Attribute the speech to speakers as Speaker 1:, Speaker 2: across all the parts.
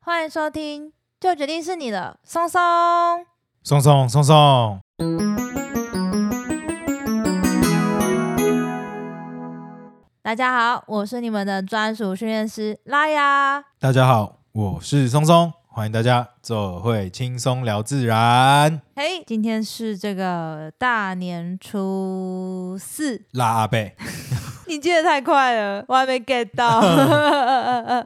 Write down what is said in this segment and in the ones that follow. Speaker 1: 欢迎收听，就决定是你了，松松。
Speaker 2: 松松松松，
Speaker 1: 大家好，我是你们的专属训练师拉雅。
Speaker 2: 大家好，我是松松，欢迎大家做会轻松聊自然。
Speaker 1: 嘿、今天是这个大年初四，
Speaker 2: 拉阿 贝，
Speaker 1: 你记得太快了，我还没 get 到。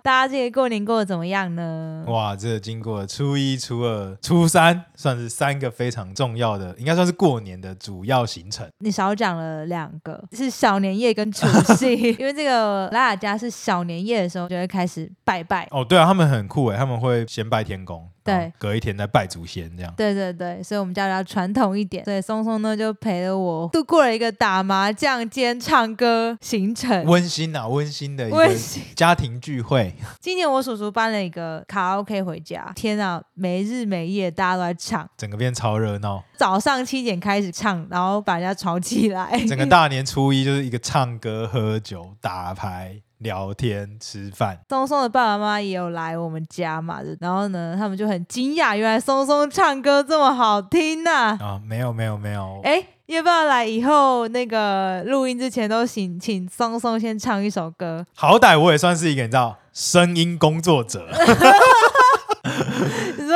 Speaker 1: 大家这个过年过得怎么样呢？
Speaker 2: 哇，这经过初一、初二、初三，算是三个非常重要的，应该算是过年的主要行程。
Speaker 1: 你少讲了两个，是小年夜跟除夕， 因为这个拉雅家是小年夜的时候就会开始拜拜。
Speaker 2: 哦，对啊，他们很酷诶，他们会先拜天公，
Speaker 1: 对
Speaker 2: 然后隔一天再拜祖先，这样。
Speaker 1: 对对对，所以我们家比较传统一点，所以松松呢就陪了我度过了一个打麻将兼唱歌行程。
Speaker 2: 温馨啊，温馨的一
Speaker 1: 温
Speaker 2: 个
Speaker 1: 馨
Speaker 2: 家庭聚会，
Speaker 1: 今年我叔叔搬了一个卡拉 OK 回家，天啊，没日没夜大家都在唱，
Speaker 2: 整个变超 热闹。
Speaker 1: 早上七点开始唱，然后把人家吵起来。
Speaker 2: 整个大年初一就是一个唱歌、喝酒、打牌、聊天、吃饭。
Speaker 1: 松松的爸爸妈妈也有来我们家嘛，然后呢，他们就很惊讶，原来松松唱歌这么好听呐、
Speaker 2: 啊，没有没有没有，
Speaker 1: 哎，要不要来以后那个录音之前都请请松松先唱一首歌？
Speaker 2: 好歹我也算是一个你知道声音工作 者，
Speaker 1: 你说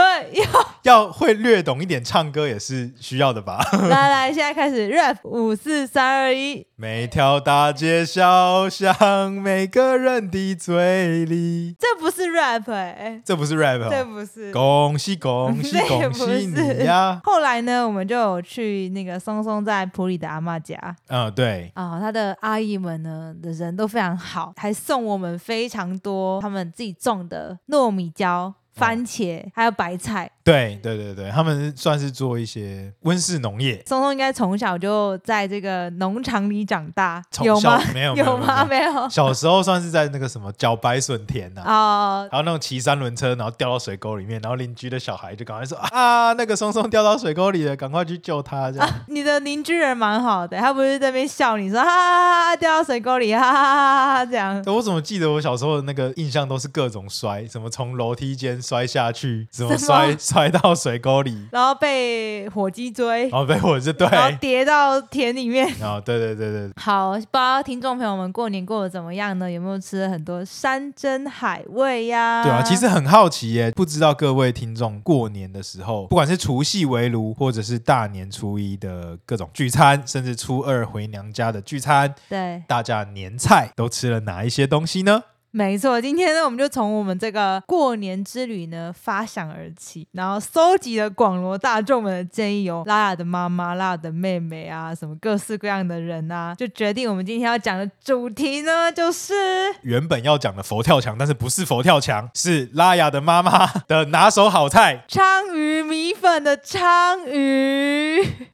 Speaker 2: 要会略懂一点唱歌也是需要的吧。
Speaker 1: 来来，现在开始 rap，五四三二一。
Speaker 2: 每条大街小巷，每个人的嘴里，
Speaker 1: 这不是 rap 哎、
Speaker 2: 这不是 rap
Speaker 1: 这
Speaker 2: 哦。
Speaker 1: 不是。
Speaker 2: 恭喜恭喜
Speaker 1: 这也
Speaker 2: 恭
Speaker 1: 不
Speaker 2: 喜
Speaker 1: 是
Speaker 2: 你呀！
Speaker 1: 后来呢，我们就有去那个松松在普里的阿嬷家
Speaker 2: 嗯，对，
Speaker 1: 啊、她的阿姨们呢的人都非常好，还送我们非常多他们自己种的糯米椒、番
Speaker 2: 哦
Speaker 1: 茄，还有白菜。
Speaker 2: 对，对，对，对，他们算是做一些温室农业，
Speaker 1: 松松应该从小就在这个农场里长大，
Speaker 2: 从
Speaker 1: 有吗
Speaker 2: 小？没有，没
Speaker 1: 有
Speaker 2: 有
Speaker 1: 吗？
Speaker 2: 没
Speaker 1: 没有
Speaker 2: 有。小时候算是在那个什么茭白笋田呐，
Speaker 1: 哦，
Speaker 2: 然后那种骑三轮车，然后掉到水沟里面，然后邻居的小孩就赶快说 啊，那个松松掉到水沟里了，赶快去救他，这样、
Speaker 1: 你的邻居人蛮好的，他不是在那边笑你说哈哈哈哈掉到水沟里，哈哈哈哈哈这样。
Speaker 2: 对我怎么记得我小时候的那个印象都是各种摔，什么从楼梯间摔下去，怎么
Speaker 1: 什么
Speaker 2: 摔摔到水 沟里，
Speaker 1: 然后被火鸡追，
Speaker 2: 然后被我哦就对，
Speaker 1: 然啊后跌到田里面。
Speaker 2: 然后对对对对，对
Speaker 1: 好，不知道听众朋友们过年过得怎么样呢？有没有吃了很多山珍海味呀？
Speaker 2: 对啊，其实很好奇耶，不知道各位听众过年的时候，不管是除夕围炉，或者是大年初一的各种聚餐，甚至初二回娘家的聚餐，
Speaker 1: 对，
Speaker 2: 大家年菜都吃了哪一些东西呢？
Speaker 1: 没错。今天呢，我们就从我们这个过年之旅呢发想而起，然后搜集了广罗大众们的建议，有拉雅的妈妈、拉雅的妹妹啊，什么各式各样的人啊，就决定我们今天要讲的主题呢，就是
Speaker 2: 原本要讲的佛跳墙，但是不是佛跳墙，是拉雅的妈妈的拿手好菜。
Speaker 1: 鲳鱼米粉的鲳鱼。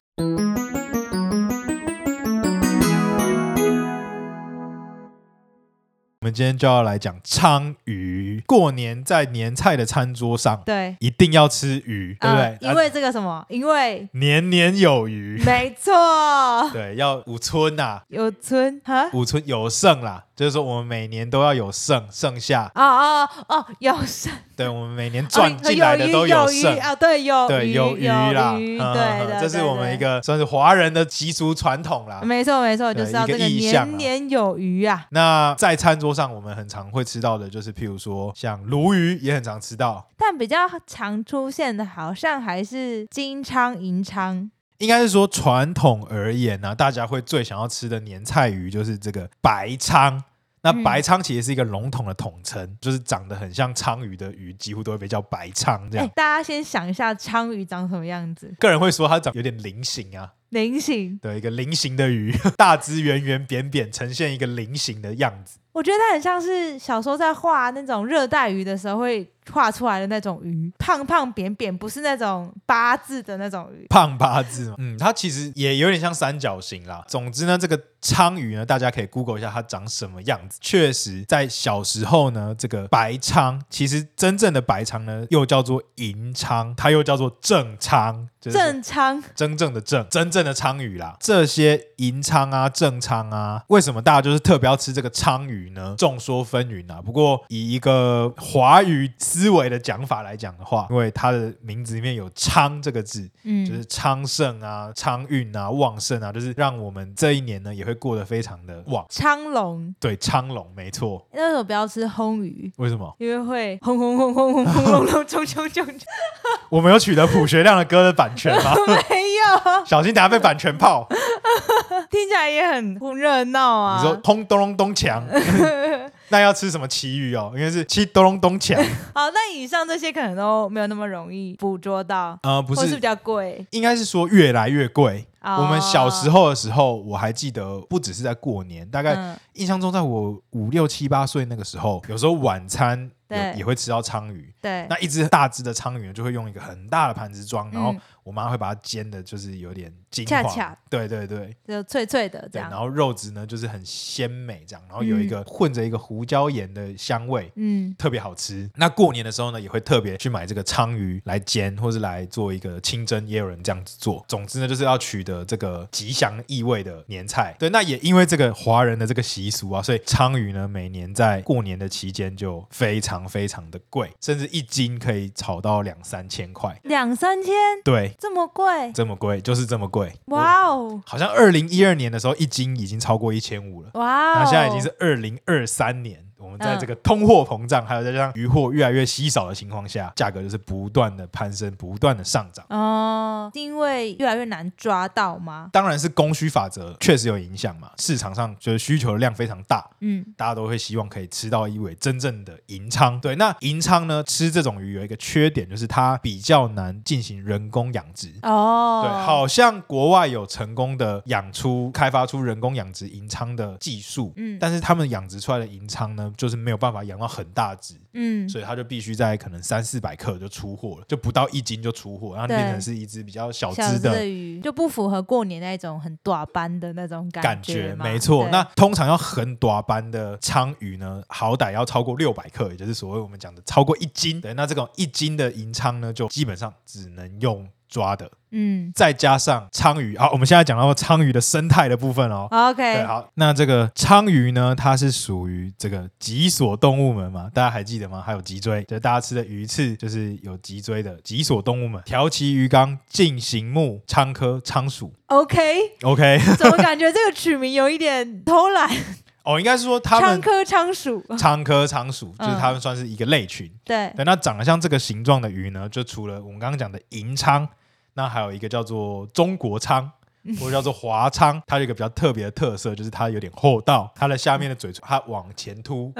Speaker 2: 我们今天就要来讲鲳鱼。过年在年菜的餐桌上
Speaker 1: 对，
Speaker 2: 一定要吃鱼，对不对
Speaker 1: 呃？因
Speaker 2: 啊
Speaker 1: 为这个什么？因为
Speaker 2: 年年有余，
Speaker 1: 没错，
Speaker 2: 对，要五春呐、
Speaker 1: 有村哈。
Speaker 2: 五春有剩啦，就是说我们每年都要有剩，剩下，
Speaker 1: 哦哦哦，有剩
Speaker 2: 对我们每年
Speaker 1: 哦
Speaker 2: 赚进来的
Speaker 1: 有
Speaker 2: 都
Speaker 1: 鱼有
Speaker 2: 剩
Speaker 1: 鱼。啊，对，有
Speaker 2: 对，
Speaker 1: 鱼
Speaker 2: 有
Speaker 1: 鱼
Speaker 2: 啦，
Speaker 1: 鱼
Speaker 2: 嗯
Speaker 1: 对
Speaker 2: 嗯
Speaker 1: 的，
Speaker 2: 这是
Speaker 1: 对
Speaker 2: 我们一。
Speaker 1: 对
Speaker 2: 个算是华人的习俗传统啦。
Speaker 1: 没错没错，
Speaker 2: 对
Speaker 1: 就是要
Speaker 2: 一个
Speaker 1: 这个
Speaker 2: 意象啊
Speaker 1: 年年有余啊！
Speaker 2: 那在餐桌上，我们很常会吃到的就是，譬如说像鲈鱼也很常吃到，
Speaker 1: 但比较常出现的，好像还是金鲳、银鲳。
Speaker 2: 应该是说传统而言呢、大家会最想要吃的年菜鱼就是这个白鲳。那
Speaker 1: 嗯
Speaker 2: 白鲳其实是一个笼统的统称，就是长得很像鲳鱼的鱼，几乎都会被叫白鲳这
Speaker 1: 哎
Speaker 2: 样。，
Speaker 1: 大家先想一下鲳鱼长什么样子，
Speaker 2: 个人会说它长有点菱形啊，
Speaker 1: 菱形。
Speaker 2: 对，一个菱形的鱼， 大只圆圆扁扁，呈现一个菱形的样子。
Speaker 1: 我觉得它很像是小时候在画那种热带鱼的时候会画出来的那种鱼，胖胖扁扁，不是那种八字的那种鱼。
Speaker 2: 胖八字嘛，嗯，它其实也有点像三角形啦。总之呢，这个鲳鱼呢，大家可以 Google 一下它长什么样子。确实，在小时候呢，这个白鲳，其实真正的白鲳呢，又叫做银鲳，它又叫做正鲳，就是
Speaker 1: 正鲳
Speaker 2: 真正的正，真正正的鲳鱼啦。这些银鲳啊、正鲳啊，为什么大家就是特别要吃这个鲳鱼呢？众说纷纭啊。不过以一个华语思维的讲法来讲的话，因为它的名字里面有“昌”这个字，
Speaker 1: 嗯，
Speaker 2: 就是昌盛啊、昌运啊、旺盛啊，就是让我们这一年呢也会过得非常的旺。
Speaker 1: 昌隆
Speaker 2: 对，昌隆没错。
Speaker 1: 那时候不要吃烘鱼，
Speaker 2: 为什么？
Speaker 1: 因为会轰轰轰轰轰轰隆隆冲冲冲，冲
Speaker 2: 我们有取得朴学亮的歌的版权 吗？
Speaker 1: 没有，
Speaker 2: 小心等下被版权炮。
Speaker 1: 听起来也很热闹啊。
Speaker 2: 你说轰咚隆咚 锵，那要吃什么奇鱼哦？应该是七咚隆咚锵。
Speaker 1: 好，那以上这些可能都没有那么容易捕捉到，
Speaker 2: 呃，不
Speaker 1: 或是
Speaker 2: 是
Speaker 1: 比，较贵。
Speaker 2: 应该是说越来越贵。
Speaker 1: 哦
Speaker 2: 我们小时候的时候，我还记得，不只是在过年，大概
Speaker 1: 嗯
Speaker 2: 印象中，在我五六七八岁那个时候，有时候晚餐有
Speaker 1: 对
Speaker 2: 也会吃到鲳鱼。
Speaker 1: 对，
Speaker 2: 那一只大只的鲳鱼就会用一个很大的盘子装，然后
Speaker 1: 嗯
Speaker 2: 我妈会把它煎的，就是有点金
Speaker 1: 恰
Speaker 2: 黄，
Speaker 1: 恰
Speaker 2: 对对对，
Speaker 1: 就脆脆的这
Speaker 2: 对，然
Speaker 1: 样。
Speaker 2: 后肉质呢就是很鲜美这样，然后有一个混着一个胡椒盐的香味。
Speaker 1: 嗯，
Speaker 2: 特别好吃。那过年的时候呢，也会特别去买这个鲳鱼来煎，或是来做一个清蒸，也有人这样子做。总之呢，就是要取得这个吉祥意味的年菜。对，那也因为这个华人的这个习俗啊，所以鲳鱼呢，每年在过年的期间就非常非常的贵，甚至一斤可以炒到两三千块。
Speaker 1: 两三千
Speaker 2: 对，
Speaker 1: 这么贵，
Speaker 2: 这么贵，就是这么贵。
Speaker 1: 哇哦，
Speaker 2: 好像二零一二年的时候，一斤已经超过一千五了。
Speaker 1: 哇哦，
Speaker 2: 那现在已经是二零二三年，我们在
Speaker 1: 嗯
Speaker 2: 这个通货膨胀，还有再加上渔获越来越稀少的情况下，价格就是不断的攀升，不断的上涨。
Speaker 1: 哦，因为越来越难抓到吗？
Speaker 2: 当然是供需法则确实有影响嘛，市场上就是需求量非常大，
Speaker 1: 嗯，
Speaker 2: 大家都会希望可以吃到一尾真正的银鲳。对，那银鲳呢，吃这种鱼有一个缺点，就是它比较难进行人工养殖。
Speaker 1: 哦，
Speaker 2: 对，好像国外有成功的养出、开发出人工养殖银鲳的技术，
Speaker 1: 嗯
Speaker 2: 但是他们养殖出来的银鲳呢，就是没有办法养到很大只，
Speaker 1: 嗯，
Speaker 2: 所以它就必须在可能三四百克就出货了，就不到一斤就出货，然后
Speaker 1: 对
Speaker 2: 变成是一只比较小
Speaker 1: 小
Speaker 2: 只
Speaker 1: 只
Speaker 2: 的。
Speaker 1: 的鱼就不符合过年那种很短班的那种
Speaker 2: 感
Speaker 1: 觉
Speaker 2: 觉
Speaker 1: 嘛，
Speaker 2: 没错，
Speaker 1: 对
Speaker 2: 那通常要很短斑的鲳鱼呢，好歹要超过六百克，也就是所谓我们讲的超过一斤。对，那这种一斤的银鲳呢，就基本上只能用抓的，
Speaker 1: 嗯
Speaker 2: 再加上鲳鱼。啊好，我们现在讲到鲳鱼的生态的部分哦。对，
Speaker 1: ，OK，
Speaker 2: 好，那这个鲳鱼呢，它是属于这个脊索动物门嘛？大家还记得吗？还有脊椎，就是大家吃的鱼翅，就是有脊椎的脊索动物门。条鳍鱼纲近形目鲳科鲳属。
Speaker 1: OK，
Speaker 2: OK，
Speaker 1: 怎么感觉这个取名有一点偷懒？
Speaker 2: 哦，应该是说它
Speaker 1: 仓
Speaker 2: 们
Speaker 1: 科仓鼠，
Speaker 2: 鲳科鲳属，就是
Speaker 1: 嗯
Speaker 2: 它们算是一个类群。
Speaker 1: 对，
Speaker 2: 对，那长得像这个形状的鱼呢，就除了我们刚刚讲的银鲳，那还有一个叫做中国鲳。
Speaker 1: 嗯
Speaker 2: 或者叫做华鲳，它有一个比较特别的特色，就是它有点厚道，它的下面的嘴唇它往前凸，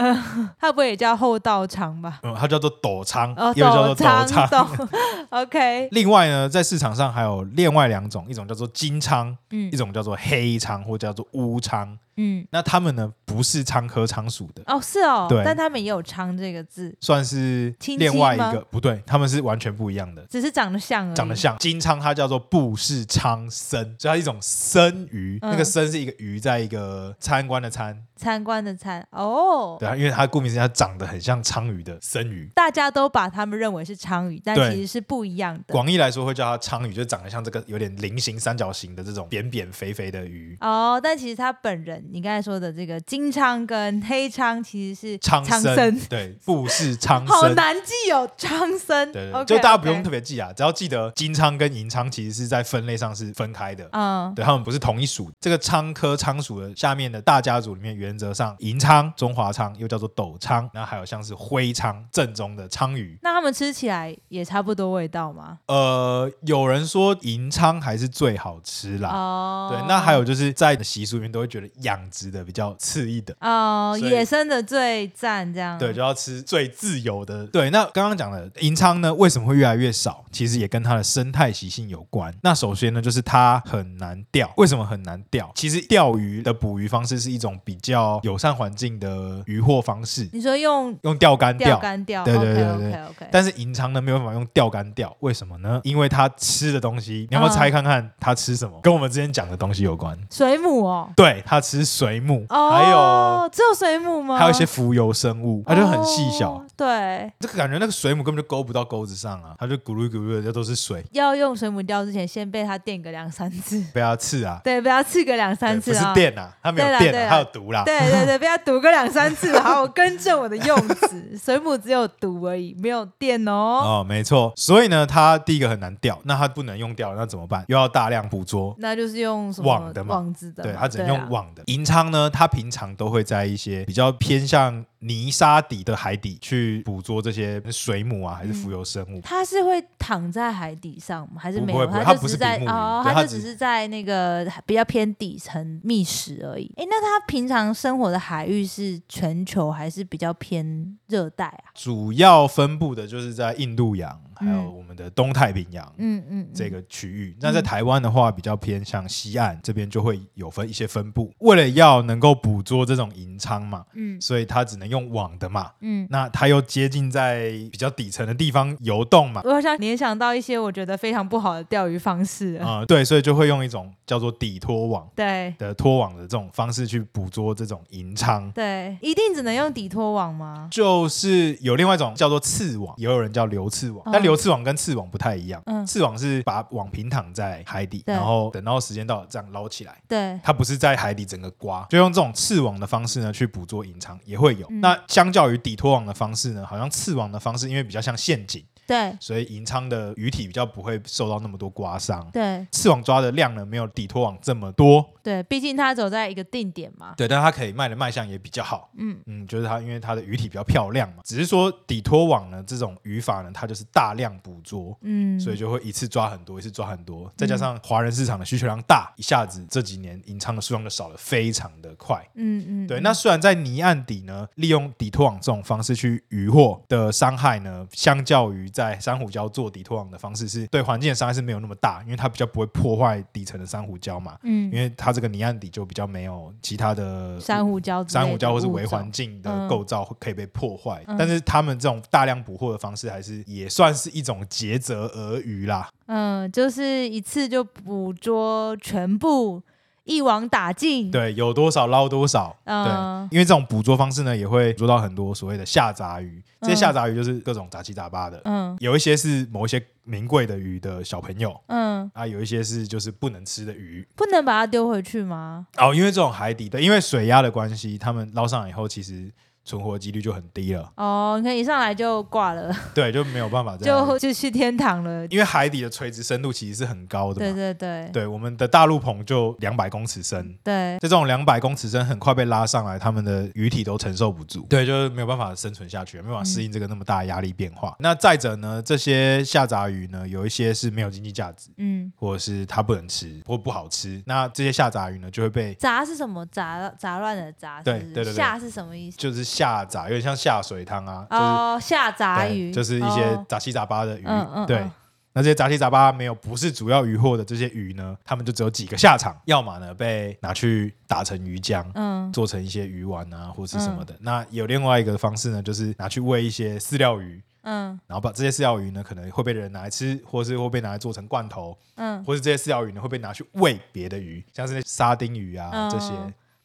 Speaker 1: 它不会也叫后道长吧？
Speaker 2: 嗯，它叫做斗仓，
Speaker 1: 哦，
Speaker 2: 又嗯叫做斗
Speaker 1: 长
Speaker 2: 仓。
Speaker 1: 懂 ，OK，
Speaker 2: 另外呢，在市场上还有另外两种，一种叫做金仓，
Speaker 1: 嗯
Speaker 2: 一种叫做黑仓，或叫做乌仓。
Speaker 1: 嗯，
Speaker 2: 那它们呢，不是仓科仓属的，
Speaker 1: 哦是哦
Speaker 2: 对，
Speaker 1: 但他们也有仓这个字，
Speaker 2: 算是
Speaker 1: 亲戚
Speaker 2: 另外一
Speaker 1: 吗嗯
Speaker 2: 个不对，它们是完全不一样的。
Speaker 1: 只是长得像而已，
Speaker 2: 长得像金鲳，它叫做布氏鲳参，所以它是一种参鱼。
Speaker 1: 嗯
Speaker 2: 那个参是一个鱼，在一个参观的参，
Speaker 1: 参观的参哦。
Speaker 2: 对啊，因为它顾名思义，它长得很像鲳鱼的参鱼。
Speaker 1: 大家都把他们认为是鲳鱼，但
Speaker 2: 对
Speaker 1: 其实是不一样的
Speaker 2: 广义来说会叫它鲳鱼，就长得像这个有点菱形、三角形的这种扁扁肥肥的鱼。
Speaker 1: 哦。但其实他本人，你刚才说的这个金鲳跟黑鲳其实是
Speaker 2: 苍
Speaker 1: 参
Speaker 2: 参，对，布氏苍
Speaker 1: 好
Speaker 2: 参。
Speaker 1: 难记哦，鲳参。
Speaker 2: 对对对
Speaker 1: OK，
Speaker 2: 就大家不用
Speaker 1: OK
Speaker 2: 特别记啊，只要记得金鲳跟银鲳其实是在分类上是分开的，
Speaker 1: 嗯
Speaker 2: 对，它们不是同一属。这个鲳科鲳属的下面的大家族里面，原则上银鲳、中华鲳又叫做斗鲳，然后还有像是灰鲳正宗的鲳鱼。
Speaker 1: 那他们吃起来也差不多味道吗？
Speaker 2: 呃，有人说银鲳还是最好吃啦。
Speaker 1: 哦，
Speaker 2: 啊对，那还有就是在习俗里面都会觉得养殖的比较次一等。
Speaker 1: 哦，
Speaker 2: 所以
Speaker 1: 野生的最赞这样。
Speaker 2: 对，就要吃最自由的。对，那刚刚讲的银鲳呢，为什么会越来越少？其实也跟它的生态习性有关。那首先呢，就是它很难钓。为什么很难钓？其实钓鱼的捕鱼方式是一种比较友善环境的渔获方式，
Speaker 1: 你说用
Speaker 2: 用钓竿
Speaker 1: 钓
Speaker 2: 钓。
Speaker 1: 竿钓，
Speaker 2: 对对对
Speaker 1: o
Speaker 2: 对
Speaker 1: k OK OK。
Speaker 2: 但是银鲳呢，没有办法用钓竿钓，为什么呢？因为它吃的东西，你要不
Speaker 1: 嗯
Speaker 2: 要猜看看它吃什么？跟我们之前讲的东西有关。
Speaker 1: 水母哦，
Speaker 2: 对，它吃吃水母，
Speaker 1: 哦，
Speaker 2: 还有
Speaker 1: 只有水母吗？
Speaker 2: 还有一些浮游生物，它就很细小。
Speaker 1: 哦对，
Speaker 2: 这个感觉那个水母根本就勾不到钩子上啊，它就咕噜咕噜的，这都是水，
Speaker 1: 要用水母钓之前，先被它电个两三次，
Speaker 2: 被它刺啊，
Speaker 1: 对，被它刺个两
Speaker 2: 对
Speaker 1: 三次
Speaker 2: 不
Speaker 1: 啊
Speaker 2: 是。电啊，它没
Speaker 1: 对
Speaker 2: 有
Speaker 1: 啦
Speaker 2: 电
Speaker 1: 对
Speaker 2: 啊，
Speaker 1: 啦
Speaker 2: 它有毒啦。
Speaker 1: 对对对，被它毒个两三次，好，我更正我的用词，水母只有毒而已，没有电哦。
Speaker 2: 哦，没错，所以呢，它第一个很难钓，那它不能用钓，那怎么办？又要大量捕捉，
Speaker 1: 那就是用什么
Speaker 2: 网的嘛
Speaker 1: 网子的嘛，
Speaker 2: 对，它只
Speaker 1: 啊
Speaker 2: 能用。网的。银鲳呢，它平常都会在一些比较偏向泥沙底的海底去捕捉这些水母啊，还是浮游生物。
Speaker 1: 它是会躺在海底上吗？还是
Speaker 2: 不
Speaker 1: 没
Speaker 2: 不会
Speaker 1: 有？
Speaker 2: 不会
Speaker 1: 它
Speaker 2: 它
Speaker 1: 就
Speaker 2: 不
Speaker 1: 只
Speaker 2: 是
Speaker 1: 在
Speaker 2: 比目鱼
Speaker 1: 哦，
Speaker 2: 对
Speaker 1: 它
Speaker 2: 它
Speaker 1: 就
Speaker 2: 只
Speaker 1: 只是在那个比较偏底层觅食而已。哎，那它平常生活的海域是全球还是比较偏热带啊？
Speaker 2: 主要分布的就是在印度洋，还有
Speaker 1: 嗯
Speaker 2: 我们的东太平洋。
Speaker 1: 嗯嗯，嗯嗯
Speaker 2: 这个区域。那在台湾的话，比较偏向西岸这边就会有分一些分布。为了要能够捕捉这种银鲳嘛，
Speaker 1: 嗯
Speaker 2: 所以它只能用网的嘛。
Speaker 1: 嗯，
Speaker 2: 那它又接近在比较底层的地方游动嘛，
Speaker 1: 嗯我好像联想到一些我觉得非常不好的钓鱼方式了。
Speaker 2: 啊、对，所以就会用一种叫做底拖网
Speaker 1: 对
Speaker 2: 的拖网的这种方式去捕捉这种银鲳。
Speaker 1: 对，一定只能用底拖网吗？
Speaker 2: 就是有另外一种叫做刺网，也有人叫流刺网，
Speaker 1: 嗯
Speaker 2: 但流刺网跟刺网不太一样。
Speaker 1: 嗯
Speaker 2: 刺网是把网平躺在海底，
Speaker 1: 对
Speaker 2: 然后等到时间到了这样捞起来。
Speaker 1: 对，
Speaker 2: 它不是在海底整个刮，就用这种刺网的方式呢去捕捉隐藏也会有。
Speaker 1: 嗯
Speaker 2: 那相较于底拖网的方式呢，好像刺网的方式因为比较像陷阱，
Speaker 1: 对
Speaker 2: 所以银鲳的鱼体比较不会受到那么多刮伤。
Speaker 1: 对
Speaker 2: 刺网抓的量呢没有底拖网这么多，
Speaker 1: 对，毕竟它走在一个定点嘛。
Speaker 2: 对，但它可以卖的卖相也比较好。
Speaker 1: 嗯，
Speaker 2: 嗯，就是它，因为它的鱼体比较漂亮嘛。只是说底拖网呢，这种语法呢，它就是大量捕捉，
Speaker 1: 嗯，
Speaker 2: 所以就会一次抓很多，一次抓很多，再加上华人市场的需求量大，一下子这几年银鲳的数量就少了非常的快。
Speaker 1: 嗯嗯，
Speaker 2: 对，
Speaker 1: 嗯
Speaker 2: 那虽然在泥岸底呢，利用底拖网这种方式去渔获的伤害呢，相较于在珊瑚礁做底拖网的方式是，对环境的伤害是没有那么大，因为它比较不会破坏底层的珊瑚礁嘛，因
Speaker 1: 嗯，
Speaker 2: 为它这个泥岸底就比较没有其他的
Speaker 1: 珊瑚礁之类的
Speaker 2: 珊瑚礁或是
Speaker 1: 物
Speaker 2: 微
Speaker 1: 种
Speaker 2: 环境的
Speaker 1: 嗯
Speaker 2: 构造会可以被破坏，
Speaker 1: 嗯
Speaker 2: 但是他们这种大量捕获的方式，还是也算是一种竭泽而渔啦。
Speaker 1: 嗯，就是一次就捕捉全部，一网打尽。，
Speaker 2: 对，有多少捞多少。
Speaker 1: 嗯
Speaker 2: 对，因为这种捕捉方式呢，也会捕捉到很多所谓的下杂鱼。这些
Speaker 1: 嗯
Speaker 2: 下杂鱼就是各种杂七杂八的，
Speaker 1: 嗯
Speaker 2: 有一些是某一些名贵的鱼的小朋友
Speaker 1: 嗯，
Speaker 2: 啊，有一些是就是不能吃的鱼
Speaker 1: 不能把它丢回去吗？
Speaker 2: 哦。因为这种海底的，因为水压的关系，他们捞上来以后，其实存活几率就很低了，
Speaker 1: 哦，你看一上来就挂了，
Speaker 2: 对，啊就没有办法这样。
Speaker 1: 就就去天堂了。
Speaker 2: 因为海底的垂直深度其实是很高的
Speaker 1: 对
Speaker 2: 嘛，
Speaker 1: 对对
Speaker 2: 对，我们的大陆棚就两百公尺深，
Speaker 1: 对，
Speaker 2: 这种两百公尺深很快被拉上来，他们的鱼体都承受不住，对，就是没有办法生存下去，没有办法适应这个那么大的压力变化。 那再者呢，这些下杂鱼呢，有一些是没有经济价值，
Speaker 1: 嗯，
Speaker 2: 或者是它不能吃或不好吃，那这些下杂鱼呢就会被
Speaker 1: 杂是什么？杂杂乱的杂，是
Speaker 2: 对
Speaker 1: 不是
Speaker 2: 对对对
Speaker 1: 下是什么意思？
Speaker 2: 就是下杂，有点像下水汤啊，就是、
Speaker 1: 哦，下杂
Speaker 2: 对
Speaker 1: 鱼，
Speaker 2: 就是一些
Speaker 1: 哦
Speaker 2: 杂七杂八的鱼，
Speaker 1: 嗯嗯
Speaker 2: 对。
Speaker 1: 嗯
Speaker 2: 那这些杂七杂八没有不是主要渔获的这些鱼呢，他们就只有几个下场，要么呢被拿去打成鱼浆，
Speaker 1: 嗯
Speaker 2: 做成一些鱼丸啊，或是什么的。那有另外一个方式呢，就是拿去喂一些饲料鱼，
Speaker 1: 嗯
Speaker 2: 然后把这些饲料鱼呢，可能会被人拿来吃，或是会被拿来做成罐头，
Speaker 1: 嗯，
Speaker 2: 或是这些饲料鱼呢会被拿去喂别的鱼，像是那沙丁鱼啊、
Speaker 1: 嗯
Speaker 2: 这些。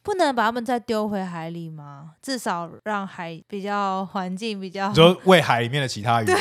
Speaker 1: 不能把它们再丢回海里吗？至少让海比较环境比较
Speaker 2: 你说喂海里面的其他鱼吗？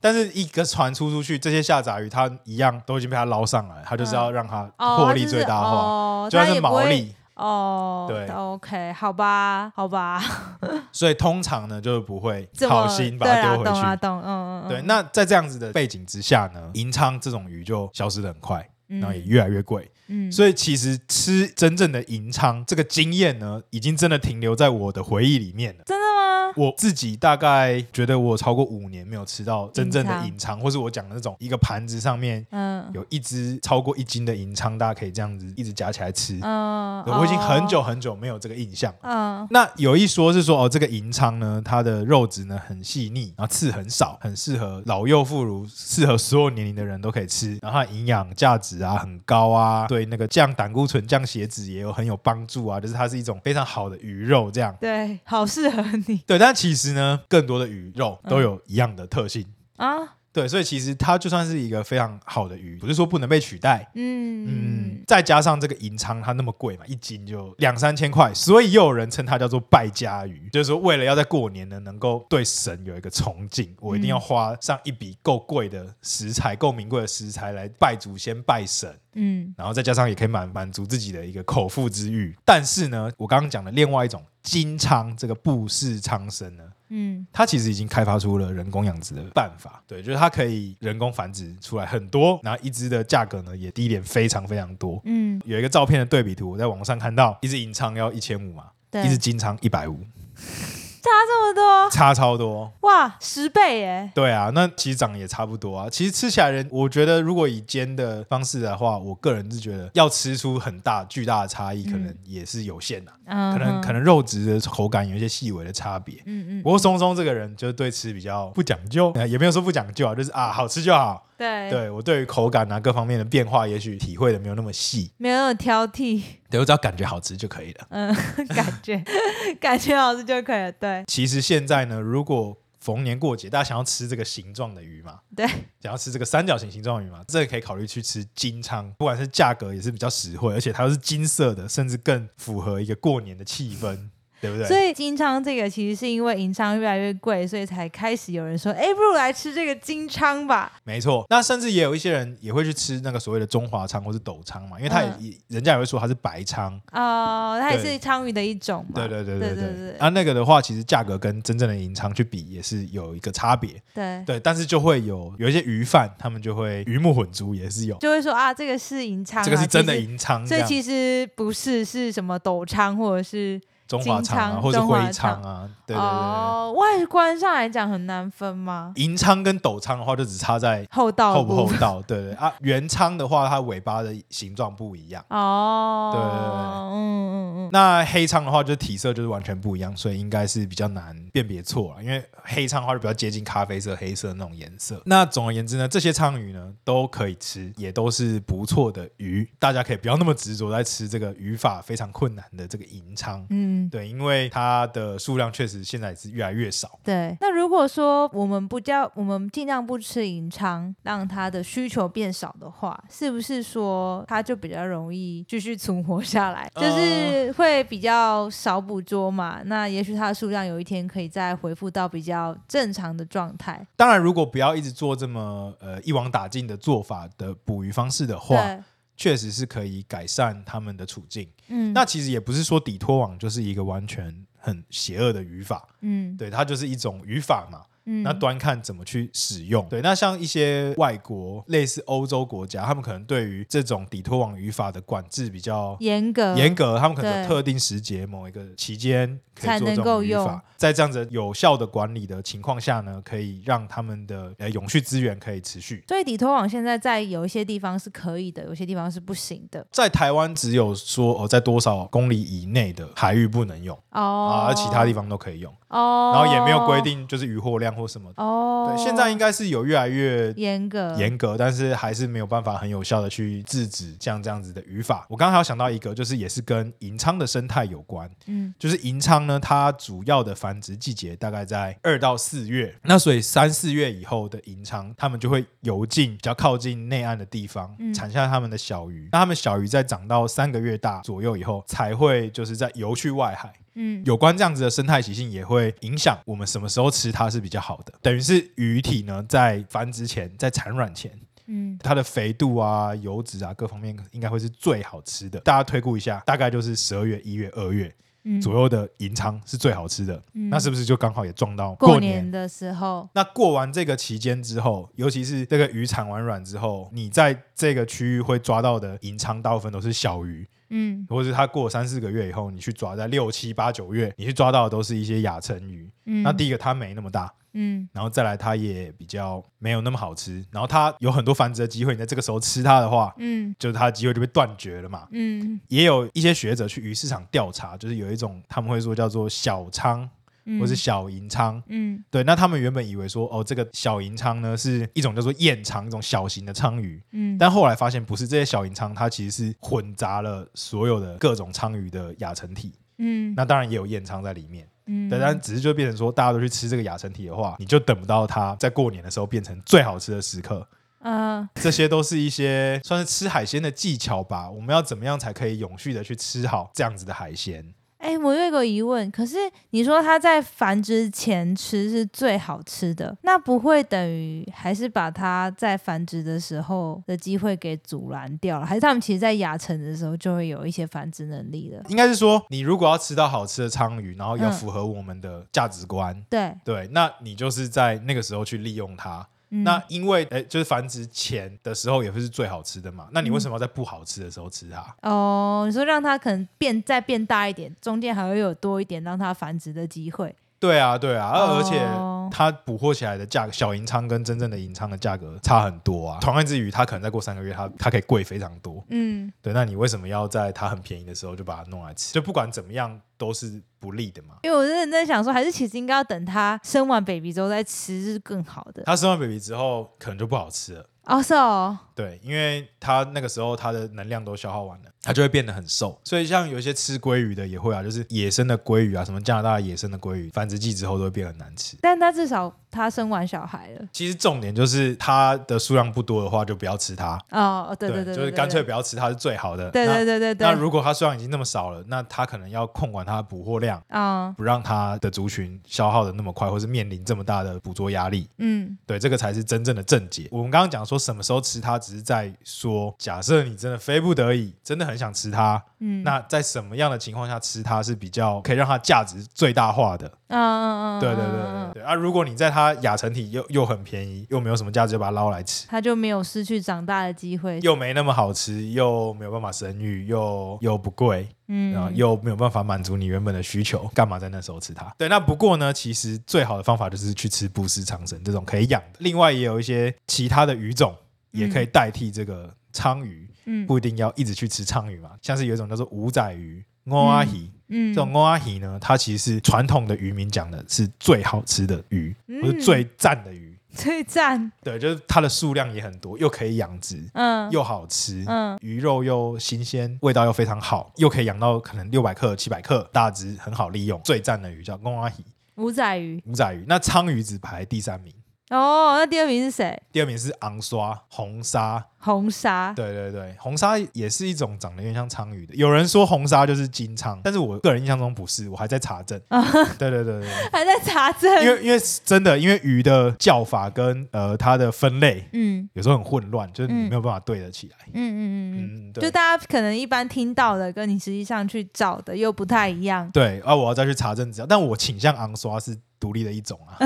Speaker 2: 但是一个船出出去，这些下杂鱼它一样都已经被它捞上来，它就是要让它
Speaker 1: 哦，
Speaker 2: 获
Speaker 1: 它
Speaker 2: 利
Speaker 1: 就是
Speaker 2: 最大化，
Speaker 1: 哦，
Speaker 2: 就
Speaker 1: 它
Speaker 2: 算
Speaker 1: 也
Speaker 2: 是
Speaker 1: 不
Speaker 2: 毛
Speaker 1: 会
Speaker 2: 利。
Speaker 1: 哦，
Speaker 2: 对
Speaker 1: OK，好吧，好吧，
Speaker 2: 所以通常呢就是不会
Speaker 1: 这么
Speaker 2: 好心把它丢回
Speaker 1: 对啦
Speaker 2: 去
Speaker 1: 懂。啊懂，嗯嗯，
Speaker 2: 对，那在这样子的背景之下呢，银鲳这种鱼就消失的很快，
Speaker 1: 那
Speaker 2: 然后也越来越贵。
Speaker 1: 嗯，
Speaker 2: 所以其实吃真正的银鲳这个经验呢，已经真的停留在我的回忆里面了。
Speaker 1: 真的吗？
Speaker 2: 我自己大概觉得我超过五年没有吃到真正的银
Speaker 1: 银
Speaker 2: 鲳，或是我讲的那种一个盘子上面
Speaker 1: 嗯
Speaker 2: 有一只超过一斤的银鲳，大家可以这样子一直夹起来吃。
Speaker 1: 嗯，
Speaker 2: 我已经很久
Speaker 1: 哦，
Speaker 2: 很久没有这个印象了。
Speaker 1: 嗯
Speaker 2: 那有一说是说哦，这个银鲳呢，它的肉质呢很细腻，然后刺很少，很适合老幼妇孺，适合所有年龄的人都可以吃。然后它的营养价值啊很高啊，对那个降胆固醇、降血脂也有很有帮助啊，就是它是一种非常好的鱼肉这样。
Speaker 1: 对，好适合你
Speaker 2: 对，但其实呢，更多的鱼肉都有一样的特性，
Speaker 1: 啊，
Speaker 2: 对，所以其实它就算是一个非常好的鱼，不是说不能被取代。
Speaker 1: 嗯
Speaker 2: 嗯，再加上这个银鲳它那么贵嘛，一斤就两三千块，所以又有人称它叫做败家鱼，就是说为了要在过年呢能够对神有一个崇敬，我一定要花上一笔够贵的食材、够名贵的食材来拜祖先、拜神。
Speaker 1: 嗯
Speaker 2: 然后再加上也可以满满足自己的一个口腹之欲。但是呢，我刚刚讲的另外一种金鲳这个布氏鲳鳝呢，
Speaker 1: 嗯，
Speaker 2: 它其实已经开发出了人工养殖的办法，对，就是它可以人工繁殖出来很多，然后一只的价格呢也低廉非常非常多。
Speaker 1: 嗯，
Speaker 2: 有一个照片的对比图，我在网上看到，一只银鲳要一千五嘛，
Speaker 1: 对，
Speaker 2: 一只金鲳一百五，
Speaker 1: 差这么多，
Speaker 2: 差超多。
Speaker 1: 哇，十倍耶！
Speaker 2: 对啊，那其实长得也差不多啊。其实吃起来人，我觉得如果以煎的方式的话，我个人是觉得要吃出很大巨大的差异，可能也是有限的、
Speaker 1: 嗯，
Speaker 2: 啊可能可，能肉质的口感有一些细微的差别。
Speaker 1: 嗯嗯，
Speaker 2: 不过松松这个人就是对吃比较不讲究，呃也没有说不讲究啊，就是啊好吃就好。
Speaker 1: 对，
Speaker 2: 对我对于口感啊各方面的变化，也许体会的没有那么细，
Speaker 1: 没有那种挑剔，
Speaker 2: 对我只要感觉好吃就可以了。
Speaker 1: 嗯， 感觉 感觉好吃就可以了，对
Speaker 2: 其实现在呢，如果逢年过节大家想要吃这个形状的鱼嘛，
Speaker 1: 对，
Speaker 2: 想要吃这个三角形形状的鱼嘛，这个可以考虑去吃金鲳，不管是价格也是比较实惠，而且它又是金色的，甚至更符合一个过年的气 氛，对不
Speaker 1: 所
Speaker 2: 对？
Speaker 1: 以金昌这个其实是因为银昌越来越贵，所以才开始有人说，哎，不如来吃这个金昌吧。
Speaker 2: 没错。那甚至也有一些人也会去吃那个所谓的中华鲳或是斗鲳嘛，因为它也、
Speaker 1: 嗯
Speaker 2: 人家也会说它是白鲳。
Speaker 1: 哦，它也
Speaker 2: 对
Speaker 1: 是昌鱼的一种嘛。
Speaker 2: 对对对对
Speaker 1: 对
Speaker 2: 对
Speaker 1: 对，
Speaker 2: 啊，那个的话，其实价格跟真正的银鲳去比也是有一个差别，
Speaker 1: 对，
Speaker 2: 对，但是就会有有一些鱼贩，他们就会鱼目混珠，也是有，
Speaker 1: 就会说啊，这个是银昌啊，
Speaker 2: 这个是真的
Speaker 1: 其实
Speaker 2: 银鲳，这
Speaker 1: 所以
Speaker 2: 样
Speaker 1: 其实不是是什么斗昌或者是
Speaker 2: 中华鲳啊，
Speaker 1: 金鲳
Speaker 2: 或者是
Speaker 1: 中华
Speaker 2: 徽鲳啊，对对对对。
Speaker 1: 哦，外观上来讲很难分吗？
Speaker 2: 银鲳跟斗鲳的话，就只差在
Speaker 1: 厚哦道的
Speaker 2: 厚不
Speaker 1: 部
Speaker 2: 厚
Speaker 1: 分
Speaker 2: 道，对对啊。原鲳的话，它尾巴的形状不一样。
Speaker 1: 哦，
Speaker 2: 对对对
Speaker 1: 嗯嗯嗯，
Speaker 2: 那黑鲳的话，就体色就是完全不一样，所以应该是比较难辨别错了。啊因为黑鲳的话就比较接近咖啡色、黑色那种颜色。那总而言之呢，这些鲳鱼呢都可以吃，也都是不错的鱼。大家可以不要那么执着在吃这个语法非常困难的这个银鲳，
Speaker 1: 嗯。
Speaker 2: 对，因为它的数量确实现在也是越来越少。
Speaker 1: 对，那如果说我们不叫我们尽量不吃银鲳，让它的需求变少的话，是不是说它就比较容易继续存活下来？
Speaker 2: 呃
Speaker 1: 就是会比较少捕捉嘛。那也许它的数量有一天可以再恢复到比较正常的状态。
Speaker 2: 当然，如果不要一直做这么呃一网打尽的做法的捕鱼方式的话，
Speaker 1: 对，
Speaker 2: 确实是可以改善他们的处境。
Speaker 1: 嗯，
Speaker 2: 那其实也不是说底拖网就是一个完全很邪恶的语法，
Speaker 1: 嗯
Speaker 2: 对，它就是一种语法嘛。
Speaker 1: 嗯，
Speaker 2: 那端看怎么去使用。对，那像一些外国类似欧洲国家，他们可能对于这种底拖网语法的管制比较
Speaker 1: 严格
Speaker 2: 严格，他们可能有
Speaker 1: 呃对
Speaker 2: 特定时节某一个期间可以
Speaker 1: 才
Speaker 2: 做这
Speaker 1: 能
Speaker 2: 种
Speaker 1: 够
Speaker 2: 语
Speaker 1: 用
Speaker 2: 法，在这样子有效的管理的情况下呢，可以让他们的呃永续资源可以持续。
Speaker 1: 所以底拖网现在在有一些地方是可以的，有些地方是不行的
Speaker 2: 在台湾只有说哦，在多少公里以内的海域不能用
Speaker 1: 哦
Speaker 2: 啊，而其他地方都可以用，
Speaker 1: 哦，
Speaker 2: 然后也没有规定就是渔获量或什么的。
Speaker 1: 哦。嗯
Speaker 2: 对，现在应该是有越来越
Speaker 1: 严格
Speaker 2: 严格，但是还是没有办法很有效的去制止像这样子的语法。我刚刚还有想到一个，就是也是跟银鲳的生态有关，
Speaker 1: 嗯
Speaker 2: 就是银鲳呢，它主要的繁殖季节大概在二到四月，那所以三四月以后的银鲳，它们就会游进比较靠近内岸的地方，
Speaker 1: 嗯
Speaker 2: 产下它们的小鱼。那它们小鱼在长到三个月大左右以后，才会就是在游去外海。
Speaker 1: 嗯
Speaker 2: 有关这样子的生态习性，也会影响我们什么时候吃它是比较好的。等于是鱼体呢，在繁殖前，在产卵前，
Speaker 1: 嗯，
Speaker 2: 它的肥度啊、油脂啊各方面，应该会是最好吃的。大家推估一下，大概就是十二月、一月、二月。
Speaker 1: 嗯
Speaker 2: 左右的银鲳是最好吃的，
Speaker 1: 嗯
Speaker 2: 那是不是就刚好也撞到
Speaker 1: 过
Speaker 2: 过年？
Speaker 1: 的时候，
Speaker 2: 那过完这个期间之后，尤其是这个鱼产完卵之后，你在这个区域会抓到的银鲳，大部分都是小鱼，
Speaker 1: 嗯
Speaker 2: 或者是它过三四个月以后，你去抓，在六七八九月，你去抓到的都是一些亚成鱼。
Speaker 1: 嗯，
Speaker 2: 那第一个它没那么大，
Speaker 1: 嗯
Speaker 2: 然后再来它也比较没有那么好吃，然后它有很多繁殖的机会，你在这个时候吃它的话，
Speaker 1: 嗯
Speaker 2: 就是它的机会就被断绝了嘛。
Speaker 1: 嗯
Speaker 2: 也有一些学者去鱼市场调查，就是有一种他们会说叫做小鲳
Speaker 1: 嗯，
Speaker 2: 或是小银鲳。
Speaker 1: 嗯
Speaker 2: 对，那他们原本以为说，哦，这个小银鲳呢是一种叫做燕鲳，一种小型的鲳鱼，
Speaker 1: 嗯，
Speaker 2: 但后来发现不是，这些小银鲳它其实是混杂了所有的各种鲳鱼的亚成体，
Speaker 1: 嗯
Speaker 2: 那当然也有燕鲳在里面。
Speaker 1: 嗯
Speaker 2: 对，但只是就变成说，大家都去吃这个亚成体的话，你就等不到它在过年的时候变成最好吃的时刻。
Speaker 1: 嗯
Speaker 2: 这些都是一些算是吃海鲜的技巧吧。我们要怎么样才可以永续的去吃好这样子的海鲜？
Speaker 1: 哎、我有一个疑问，可是你说它在繁殖前吃是最好吃的，那不会等于还是把它在繁殖的时候的机会给阻拦掉了？还是他们其实在亚成的时候就会有一些繁殖能力的？
Speaker 2: 应该是说，你如果要吃到好吃的鲳鱼，然后要
Speaker 1: 嗯
Speaker 2: 符合我们的价值观，
Speaker 1: 对，
Speaker 2: 对，那你就是在那个时候去利用它。
Speaker 1: 嗯、
Speaker 2: 那因为诶，就是繁殖前的时候也不是最好吃的嘛，那你为什么要在不好吃的时候吃它？
Speaker 1: 哦，你说让它可能变再变大一点，中间还会有多一点让它繁殖的机会。
Speaker 2: 对啊，对啊，而而且
Speaker 1: 哦
Speaker 2: 它捕获起来的价格，小银仓跟真正的银仓的价格差很多啊。同样之余，它可能再过三个月，它它可以贵非常多。
Speaker 1: 嗯，
Speaker 2: 对，那你为什么要在它很便宜的时候就把它弄来吃？就不管怎么样都是不利的嘛。
Speaker 1: 因为我认真想说，还是其实应该要等它生完 baby 之后再吃是更好的。
Speaker 2: 它生完 baby 之后，可能就不好吃了。
Speaker 1: 哦，是哦，
Speaker 2: 对，因为它那个时候它的能量都消耗完了，它就会变得很瘦。所以像有一些吃鲑鱼的也会啊，就是野生的鲑鱼啊，什么加拿大野生的鲑鱼，繁殖季之后都会变得很难吃。
Speaker 1: 但它至少它生完小孩了。
Speaker 2: 其实重点就是它的数量不多的话，就不要吃它。
Speaker 1: 哦，对对对，
Speaker 2: 就
Speaker 1: 对
Speaker 2: 是干脆
Speaker 1: 对
Speaker 2: 不要吃它是最好的。
Speaker 1: 对
Speaker 2: 那
Speaker 1: 对对对对。
Speaker 2: 那如果它数量已经那么少了，那它可能要控管它的捕获量，
Speaker 1: 啊，
Speaker 2: 不让它的族群消耗的那么快，或是面临这么大的捕捉压力。
Speaker 1: 嗯
Speaker 2: 对，这个才是真正的症结。我们刚刚讲说什么时候吃它，只是在说，假设你真的非不得已， 真的很想吃它，
Speaker 1: 嗯，
Speaker 2: 那在什么样的情况下吃它是比较可以让它价值最大化的？
Speaker 1: 嗯嗯嗯，
Speaker 2: 对对对
Speaker 1: 嗯
Speaker 2: 对，对。啊，如果你在它亚成体又又很便宜，又没有什么价值，就把它捞来吃。
Speaker 1: 它就没有失去长大的机会。
Speaker 2: 又没那么好吃，又没有办法生育，又又不贵，然
Speaker 1: 嗯，
Speaker 2: 后啊又没有办法满足你原本的需求， 干嘛在那时候吃它？对，那不过呢，其实最好的方法就是去吃布氏长生这种可以养的。另外，也有一些其他的鱼种也可以代替这个鲳鱼，
Speaker 1: 嗯
Speaker 2: 不一定要一直去吃鲳鱼嘛。像是有一种叫做五仔鱼。欧阿鱼，
Speaker 1: 嗯，
Speaker 2: 这种欧阿鱼呢，它其实是传统的渔民讲的是最好吃的鱼，
Speaker 1: 嗯
Speaker 2: 或是最赞的鱼。
Speaker 1: 最赞，
Speaker 2: 对，就是它的数量也很多，又可以养殖，
Speaker 1: 嗯，
Speaker 2: 又好吃，
Speaker 1: 嗯
Speaker 2: 鱼肉又新鲜，味道又非常好，又可以养到可能六百克、七百克，大只很好利用。最赞的鱼叫公阿鱼、
Speaker 1: 五仔鱼。
Speaker 2: 五仔鱼，那鲳鱼只排第三名，
Speaker 1: 哦，那第二名是谁？
Speaker 2: 第二名是昂刷红鲨。
Speaker 1: 红鲨。
Speaker 2: 对对对，红鲨也是一种长得有点像鲳鱼的。有人说红鲨就是金鲳，但是我个人印象中不是，我还在查证。
Speaker 1: 哦
Speaker 2: 对对对对对。
Speaker 1: 还在查证。
Speaker 2: 因为因为真的，因为鱼的叫法跟呃它的分类
Speaker 1: 嗯
Speaker 2: 有时候很混乱，就是你
Speaker 1: 嗯
Speaker 2: 没有办法对得起来。
Speaker 1: 嗯嗯嗯嗯，
Speaker 2: 嗯，对。
Speaker 1: 就大家可能一般听到的，跟你实际上去找的又不太一样。
Speaker 2: 对啊，我要再去查证资料，但我倾向昂刷是独立的一种 啊。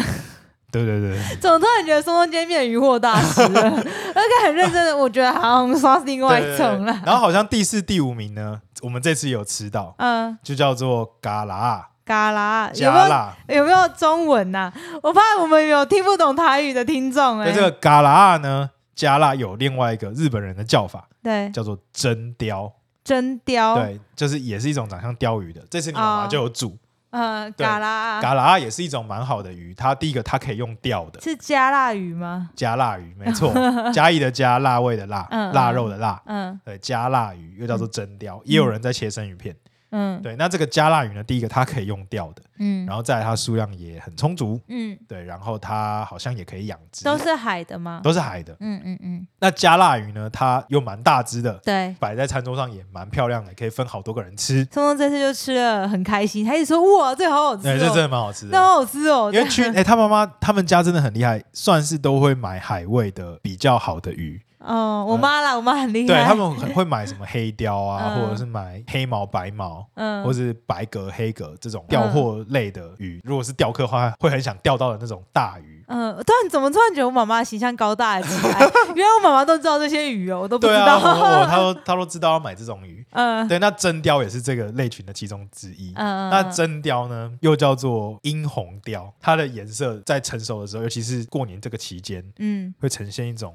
Speaker 2: 对对对，
Speaker 1: 总突然觉得松松今天变成渔获大师了，而且很认真的，我觉得好像刷是另外
Speaker 2: 对
Speaker 1: 一种
Speaker 2: 对对
Speaker 1: 了。
Speaker 2: 然后好像第四、第五名呢，我们这次有吃到，
Speaker 1: 嗯，
Speaker 2: 就叫做嘎啦
Speaker 1: 嘎啦，啊有没
Speaker 2: 加
Speaker 1: 有
Speaker 2: 辣。
Speaker 1: 有没有中文呐、我怕我们有听不懂台语的听众哎、
Speaker 2: 那这个嘎啦呢，加辣有另外一个日本人的叫法，
Speaker 1: 对
Speaker 2: 叫做真鲷。
Speaker 1: 真雕，
Speaker 2: 对，就是也是一种长相鲷鱼的。这次你妈妈
Speaker 1: 哦
Speaker 2: 就有煮
Speaker 1: 嗯，
Speaker 2: 对
Speaker 1: 嘎啦
Speaker 2: 嘎啦，也是一种蛮好的鱼。它第一个它可以用钓的
Speaker 1: 是加辣鱼吗？
Speaker 2: 加辣鱼，没错，嘉义的加辣味的辣
Speaker 1: 嗯，嗯
Speaker 2: 腊肉的辣，
Speaker 1: 嗯
Speaker 2: 对，呃加辣鱼又叫做真鲷，也有人在切生鱼片。
Speaker 1: 嗯
Speaker 2: 对，那这个加辣鱼呢，第一个它可以用钓的，
Speaker 1: 嗯
Speaker 2: 然后再来它数量也很充足，
Speaker 1: 嗯，
Speaker 2: 对，然后它好像也可以养殖，
Speaker 1: 都是海的吗？
Speaker 2: 都是海的。
Speaker 1: 嗯嗯嗯，
Speaker 2: 那加辣鱼呢，它又蛮大只的，
Speaker 1: 对。
Speaker 2: 摆在餐桌上也蛮漂亮的，可以分好多个人吃，
Speaker 1: 聪聪这次就吃了很开心，他一直说哇，这个好好吃
Speaker 2: 对，这真
Speaker 1: 哦，
Speaker 2: 的蛮好吃
Speaker 1: 那
Speaker 2: 的。
Speaker 1: 好好吃哦，
Speaker 2: 因为去哎、他妈妈他们家真的很厉害，算是都会买海味的比较好的鱼，
Speaker 1: 哦，我妈啦，我妈很厉害，
Speaker 2: 对他们很会买什么黑鲷啊，
Speaker 1: 嗯
Speaker 2: 或者是买黑毛、白毛，
Speaker 1: 嗯，
Speaker 2: 或是白格、黑格这种钓货类的鱼，如果是钓客的话，会很想钓到的那种大鱼。
Speaker 1: 嗯，突然怎么突然觉得我妈妈形象高大了起来？ 原来我妈妈都知道这些鱼哦，我都不知
Speaker 2: 对啊，
Speaker 1: 道。
Speaker 2: 我我他都他都知道要买这种鱼。
Speaker 1: 嗯
Speaker 2: 对，那真鲷也是这个类群的其中之一。
Speaker 1: 嗯，
Speaker 2: 那真鲷呢，又叫做殷红鲷，它的颜色在成熟的时候，尤其是过年这个期间，
Speaker 1: 嗯，
Speaker 2: 会呈现一种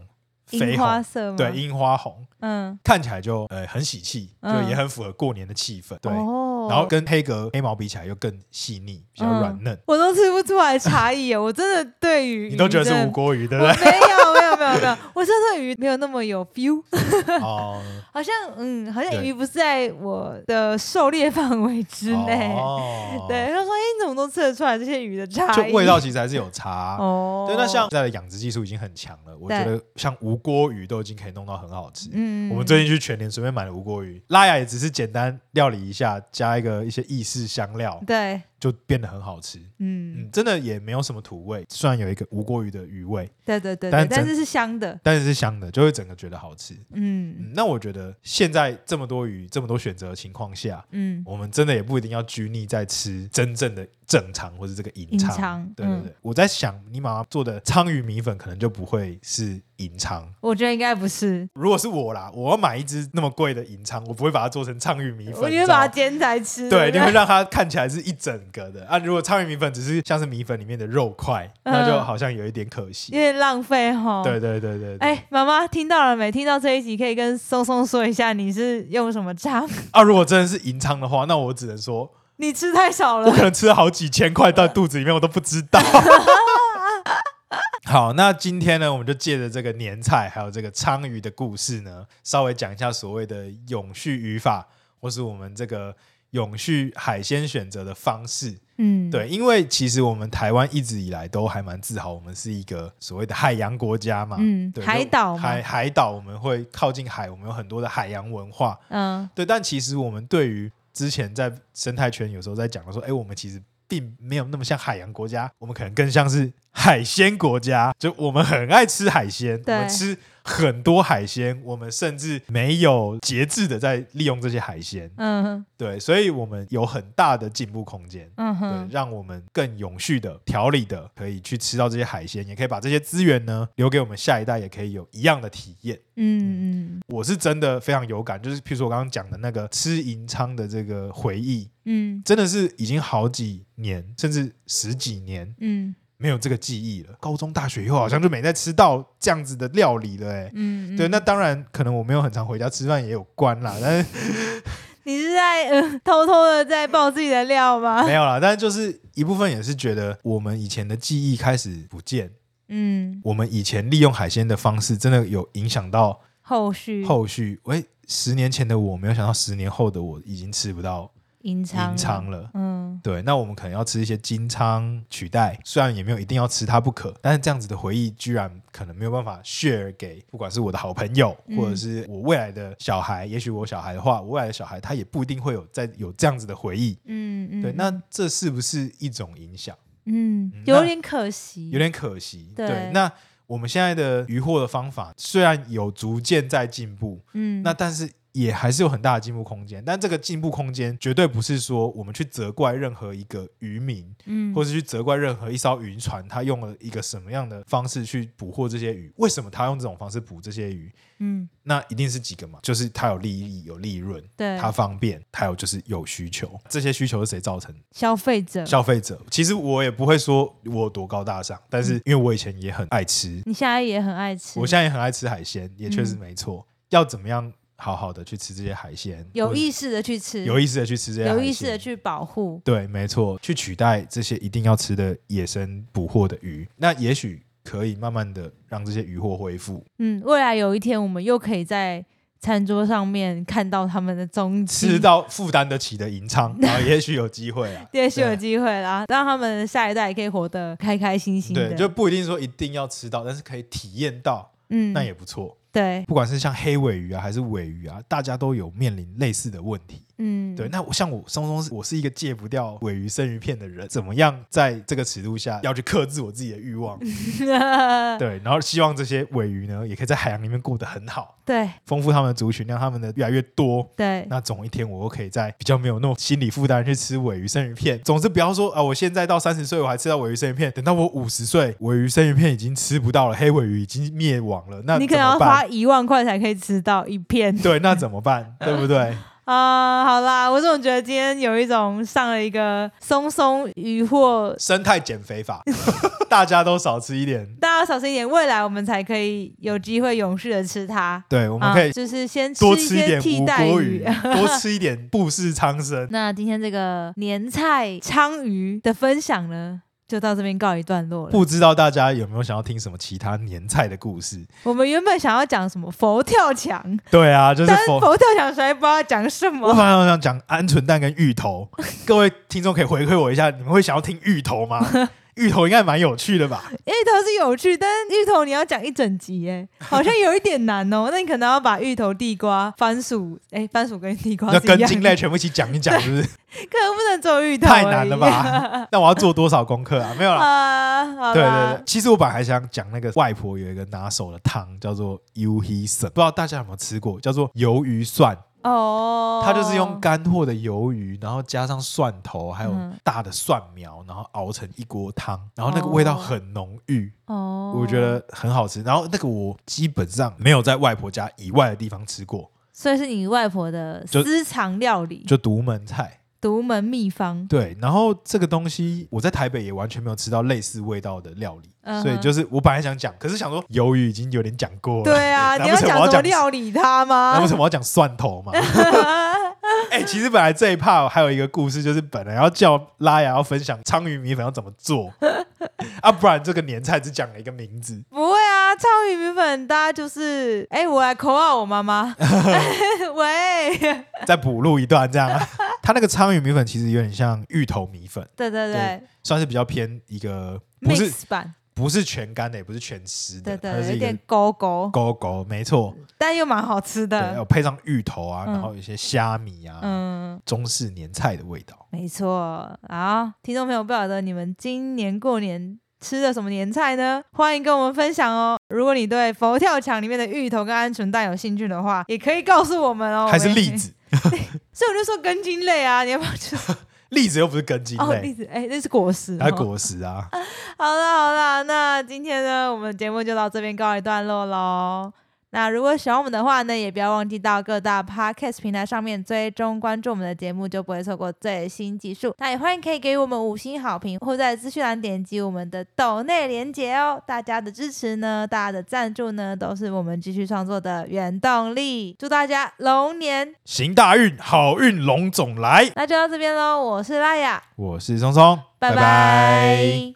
Speaker 2: 绯
Speaker 1: 樱花
Speaker 2: 红，
Speaker 1: 色吗？
Speaker 2: 对，，樱花红，
Speaker 1: 嗯，
Speaker 2: 看起来就呃很喜气，就
Speaker 1: 嗯
Speaker 2: 也很符合过年的气氛。对，
Speaker 1: 哦，
Speaker 2: 然后跟黑格黑毛比起来又更细腻，比较软
Speaker 1: 嗯
Speaker 2: 嫩。
Speaker 1: 我都吃不出来差异哦，我真的对于
Speaker 2: 你都觉得是
Speaker 1: 真的
Speaker 2: 无锅鱼，对
Speaker 1: 我
Speaker 2: 不对？
Speaker 1: 没有没有没有，有没有，我真对鱼没有那么有 feel，
Speaker 2: 哦
Speaker 1: 好像嗯，好像
Speaker 2: 对
Speaker 1: 鱼不是在我的狩猎范围之内。
Speaker 2: 哦，
Speaker 1: 对，他说：“哎、你怎么都吃得出来这些鱼的差
Speaker 2: 就
Speaker 1: 异？
Speaker 2: 味道其实还是有差。
Speaker 1: 哦，
Speaker 2: 对，那像现在的养殖技术已经很强了，我觉
Speaker 1: 对
Speaker 2: 得像无锅鱼都已经可以弄到很好吃。
Speaker 1: 嗯，
Speaker 2: 我们最近去全年随便买了无锅鱼，拉雅也只是简单料理一下，加一个一些意式香料，
Speaker 1: 嗯对，
Speaker 2: 就变得很好吃。
Speaker 1: 嗯，
Speaker 2: 嗯，真的也没有什么土味，虽然有一个无锅鱼的鱼味，
Speaker 1: 对对对对，
Speaker 2: 但
Speaker 1: 但
Speaker 2: 真
Speaker 1: 是是香的，
Speaker 2: 但是是香的，就会整个觉得好吃。
Speaker 1: 嗯
Speaker 2: 嗯，那我觉得现在这么多鱼、这么多选择的情况下，
Speaker 1: 嗯，
Speaker 2: 我们真的也不一定要拘泥在吃真正的正常或是这个隐
Speaker 1: 隐藏嗯
Speaker 2: 对对对，我在想，你妈妈做的鲳鱼米粉可能就不会是隐藏。
Speaker 1: 我觉得应该不是，
Speaker 2: 如果是我啦，我要买一只那么贵的隐藏，我不会把它做成鲳鱼米粉，
Speaker 1: 我
Speaker 2: 你
Speaker 1: 因为
Speaker 2: 知道
Speaker 1: 把它
Speaker 2: 吗
Speaker 1: 煎才吃，
Speaker 2: 对，
Speaker 1: 不
Speaker 2: 你会让它看起来是一整个的啊。如果鲳鱼米粉只是像是米粉里面的肉块，那就
Speaker 1: 嗯
Speaker 2: 好像有一点可惜。
Speaker 1: 有点浪费哈。
Speaker 2: 对。对对对对。
Speaker 1: 哎、妈妈听到了没？听到这一集可以跟松松说一下，你是用什么章？
Speaker 2: 啊，如果真的是银仓的话，那我只能说，
Speaker 1: 你吃太少
Speaker 2: 我
Speaker 1: 了。
Speaker 2: 可能吃了好几千块到肚子里面，我都不知道。 好，那今天呢，我们就借着这个年菜还有这个鲳鱼的故事呢，稍微讲一下所谓的永续语法，或是我们这个永续海鲜选择的方式。
Speaker 1: 嗯，
Speaker 2: 对，因为其实我们台湾一直以来都还蛮自豪，我们是一个所谓的海洋国家嘛，
Speaker 1: 嗯
Speaker 2: 对
Speaker 1: 海岛嘛
Speaker 2: 海海岛，我们会靠近海，我们有很多的海洋文化，
Speaker 1: 嗯，
Speaker 2: 对，但其实我们对于之前在生态圈有时候在讲的说，哎，我们其实并没有那么像海洋国家，我们可能更像是海鲜国家，就我们很爱吃海鲜，我
Speaker 1: 对
Speaker 2: 们吃很多海鲜，我们甚至没有节制的在利用这些海鲜，
Speaker 1: 嗯
Speaker 2: 对，所以我们有很大的进步空间。
Speaker 1: 嗯
Speaker 2: 对，
Speaker 1: 哼，
Speaker 2: 让我们更永续的、调理的，可以去吃到这些海鲜，也可以把这些资源呢留给我们下一代，也可以有一样的体验。
Speaker 1: 嗯嗯
Speaker 2: 我是真的非常有感，就是譬如说我刚刚讲的那个吃银昌的这个回忆，
Speaker 1: 嗯
Speaker 2: 真的是已经好几年，甚至十几年
Speaker 1: 嗯
Speaker 2: 没有这个记忆了。高中、大学以后，好像就没再吃到这样子的料理了、欸。
Speaker 1: 嗯，
Speaker 2: 对，
Speaker 1: 嗯
Speaker 2: 那当然可能我没有很常回家吃饭，也有关啦，但是
Speaker 1: 你是在、呃、偷偷的在爆自己的料吗？
Speaker 2: 没有啦，但是就是一部分也是觉得我们以前的记忆开始不见，
Speaker 1: 嗯，
Speaker 2: 我们以前利用海鲜的方式，真的有影响到
Speaker 1: 后续
Speaker 2: 后续。喂、十年前的我没有想到，十年后的我已经吃不到
Speaker 1: 隐藏了
Speaker 2: 银鲳了。
Speaker 1: 嗯
Speaker 2: 对，那我们可能要吃一些金鲳取代，虽然也没有一定要吃它不可，但是这样子的回忆居然可能没有办法 share 给不管是我的好朋友，
Speaker 1: 嗯
Speaker 2: 或者是我未来的小孩。也许我小孩的话，我未来的小孩他也不一定会有在有这样子的回忆。
Speaker 1: 嗯嗯，
Speaker 2: 对，那这是不是一种影响？
Speaker 1: 嗯
Speaker 2: 嗯
Speaker 1: 有
Speaker 2: 那
Speaker 1: 点可惜，
Speaker 2: 有点可惜。
Speaker 1: 对
Speaker 2: 那我们现在的渔获的方法虽然有逐渐在进步，
Speaker 1: 嗯
Speaker 2: 那但是也还是有很大的进步空间。但这个进步空间绝对不是说我们去责怪任何一个渔民，
Speaker 1: 嗯
Speaker 2: 或是去责怪任何一艘渔船，他用了一个什么样的方式去捕获这些鱼？为什么他用这种方式捕这些鱼？
Speaker 1: 嗯
Speaker 2: 那一定是几个嘛，就是他有利益、有利润，
Speaker 1: 对
Speaker 2: 他方便，还有就是有需求。这些需求是谁造成的？
Speaker 1: 消费者，
Speaker 2: 消费者。其实我也不会说我有多高大上，但
Speaker 1: 嗯
Speaker 2: 是因为我以前也很爱吃，
Speaker 1: 你现在也很爱吃，
Speaker 2: 我现在也很爱吃海鲜，也确实
Speaker 1: 嗯
Speaker 2: 没错。要怎么样好好的去吃这些海鲜？
Speaker 1: 有
Speaker 2: 或者
Speaker 1: 意识的去吃，
Speaker 2: 有意识的去吃这些海
Speaker 1: 有
Speaker 2: 鲜，
Speaker 1: 意识的去保护，
Speaker 2: 对，没错，去取代这些一定要吃的野生捕获的鱼，那也许可以慢慢的让这些渔获恢复。
Speaker 1: 嗯，未来有一天我们又可以在餐桌上面看到他们的踪迹，，
Speaker 2: 吃到负担得起的银仓，然后也许有机会啊
Speaker 1: 也许有
Speaker 2: 对
Speaker 1: 机会啦，让他们的下一代也可以活得开开心心的，
Speaker 2: 对，就不一定说一定要吃到，但是可以体验到，
Speaker 1: 嗯，
Speaker 2: 那也不错。
Speaker 1: 对，
Speaker 2: 不管是像黑尾鱼啊，还是尾鱼啊，大家都有面临类似的问题。
Speaker 1: 嗯，
Speaker 2: 对，那我像我松松是，我是一个戒不掉尾鱼生鱼片的人，怎么样在这个尺度下要去克制我自己的欲望？
Speaker 1: 嗯
Speaker 2: 对，然后希望这些尾鱼呢，也可以在海洋里面过得很好。
Speaker 1: 对
Speaker 2: 丰富他们的族群，让他们的越来越多。
Speaker 1: 对，
Speaker 2: 那总有一天，我又可以在比较没有那种心理负担地去吃尾鱼生鱼片。总之，不要说啊、我现在到三十岁我还吃到尾鱼生鱼片，等到我五十岁，尾鱼生鱼片已经吃不到了，黑尾鱼已经灭亡了。那
Speaker 1: 你可能
Speaker 2: 怎
Speaker 1: 要
Speaker 2: 么
Speaker 1: 花
Speaker 2: 办？
Speaker 1: 一万块才可以吃到一片。
Speaker 2: 对，那怎么办？对不对？
Speaker 1: 啊、好啦，我总觉得今天有一种上了一个松松渔获，
Speaker 2: 生态减肥法，大家都少吃一 点。
Speaker 1: 大家小心一点，未来我们才可以有机会永续的吃它。
Speaker 2: 对，我
Speaker 1: 我
Speaker 2: 们可以
Speaker 1: 就是先
Speaker 2: 多
Speaker 1: 啊一
Speaker 2: 吃一
Speaker 1: 些
Speaker 2: 点
Speaker 1: 替
Speaker 2: 无
Speaker 1: 代
Speaker 2: 锅
Speaker 1: 鱼
Speaker 2: 鱼。，多吃一点布氏苍生。
Speaker 1: 那今天这个年菜鲳鱼的分享呢，就到这边告一段落了。
Speaker 2: 不知道大家有没有想要听什么其他年菜的故事？
Speaker 1: 我们原本想要讲什么佛跳墙，
Speaker 2: 对啊，就是
Speaker 1: 但是
Speaker 2: 否
Speaker 1: 佛跳墙实在不知道讲什
Speaker 2: 我
Speaker 1: 么。
Speaker 2: 反而想讲鹌鹑蛋跟芋头，各位听众可以回馈我一下，你们会想要听芋头吗？芋头应该蛮有趣的吧？
Speaker 1: 芋头是有趣，但是芋头你要讲一整集 哎，好像有一点难哦。那你可能要把芋头、地瓜、番薯，哎，番薯跟地瓜
Speaker 2: 要
Speaker 1: 是一样
Speaker 2: 跟
Speaker 1: 的
Speaker 2: 进类全部一起讲一讲，是不 是？
Speaker 1: 可能不能只有芋头而已，
Speaker 2: 太难了吧？那我要做多少功课啊？没有啦。
Speaker 1: 啊， 好吧
Speaker 2: 对对对，其实我本来还想讲那个外婆有一个拿手的汤，叫做 u h i s 不知道大家有没有吃过，叫做鱿鱼蒜，
Speaker 1: 哦，
Speaker 2: 它就是用干货的鱿鱼，然后加上蒜头，还有
Speaker 1: 嗯
Speaker 2: 大的蒜苗，然后熬成一锅汤，然后那个味道
Speaker 1: 哦
Speaker 2: 很浓郁，
Speaker 1: 哦，
Speaker 2: 我觉得很好吃。然后那个我基本上没有在外婆家以外的地方吃过，
Speaker 1: 所以是你外婆的
Speaker 2: 就
Speaker 1: 私藏料理，
Speaker 2: 就独门菜。
Speaker 1: 独门秘方。
Speaker 2: 对，然后这个东西我在台北也完全没有吃到类似味道的料理，
Speaker 1: 嗯哼
Speaker 2: 所以就是我本来想讲，可是想说鱿鱼已经有点讲过了，
Speaker 1: 对啊，
Speaker 2: 难
Speaker 1: 你
Speaker 2: 不
Speaker 1: 要
Speaker 2: 成
Speaker 1: 讲
Speaker 2: 我要
Speaker 1: 什么
Speaker 2: 讲
Speaker 1: 料理它
Speaker 2: 那
Speaker 1: 吗
Speaker 2: 为？什么要讲蒜头 嘛？哎、其实本来这一趴还有一个故事，就是本来要叫拉雅要分享鲳鱼米粉要怎么做 啊，不然这个年菜只讲了一个名字。
Speaker 1: 不会啊，超鱼米粉大家就是，哎、我来口号我妈 妈，喂，
Speaker 2: 再补录一段这样。啊它那个鲳鱼米粉其实有点像芋头米粉，
Speaker 1: 对对对
Speaker 2: 算是比较偏一个不是
Speaker 1: ，mix 版，
Speaker 2: 不是全干的，也不是全湿的，
Speaker 1: 对
Speaker 2: 它
Speaker 1: 对，
Speaker 2: 是
Speaker 1: 有
Speaker 2: 一个
Speaker 1: 点勾勾，
Speaker 2: 勾勾，没错，
Speaker 1: 但又蛮好吃
Speaker 2: 对，有
Speaker 1: 的，
Speaker 2: 配上芋头啊，
Speaker 1: 嗯
Speaker 2: 然后有一些虾米啊，
Speaker 1: 嗯。
Speaker 2: 中式年菜的味道。
Speaker 1: 没错，好，听众朋友，不晓得你们今年过年吃的什么年菜呢？欢迎跟我们分享哦。如果你对佛跳墙里面的芋头跟鹌鹑蛋有兴趣的话，也可以告诉我们哦。
Speaker 2: 还是
Speaker 1: 我们也
Speaker 2: 栗，子，
Speaker 1: 所以我就说根茎类啊，你要不要就是
Speaker 2: 栗子又不是根茎
Speaker 1: 哦栗
Speaker 2: 类，
Speaker 1: 子？哎，那是果实、
Speaker 2: 还
Speaker 1: 哦。
Speaker 2: 有果实啊。
Speaker 1: 好啦好啦，那今天呢，我们节目就到这边告一段落喽。那如果喜欢我们的话呢，也不要忘记到各大 podcast 平台上面追踪关注我们的节目，就不会错过最新集数。那也欢迎可以给我们五星好评，或在资讯栏点击我们的抖内连结哦。大家的支持呢，大家的赞助呢，都是我们继续创作的原动力。祝大家龙年！
Speaker 2: 行大运，好运龙总来。
Speaker 1: 那就到这边喽，我是拉雅，
Speaker 2: 我是松松，
Speaker 1: 拜拜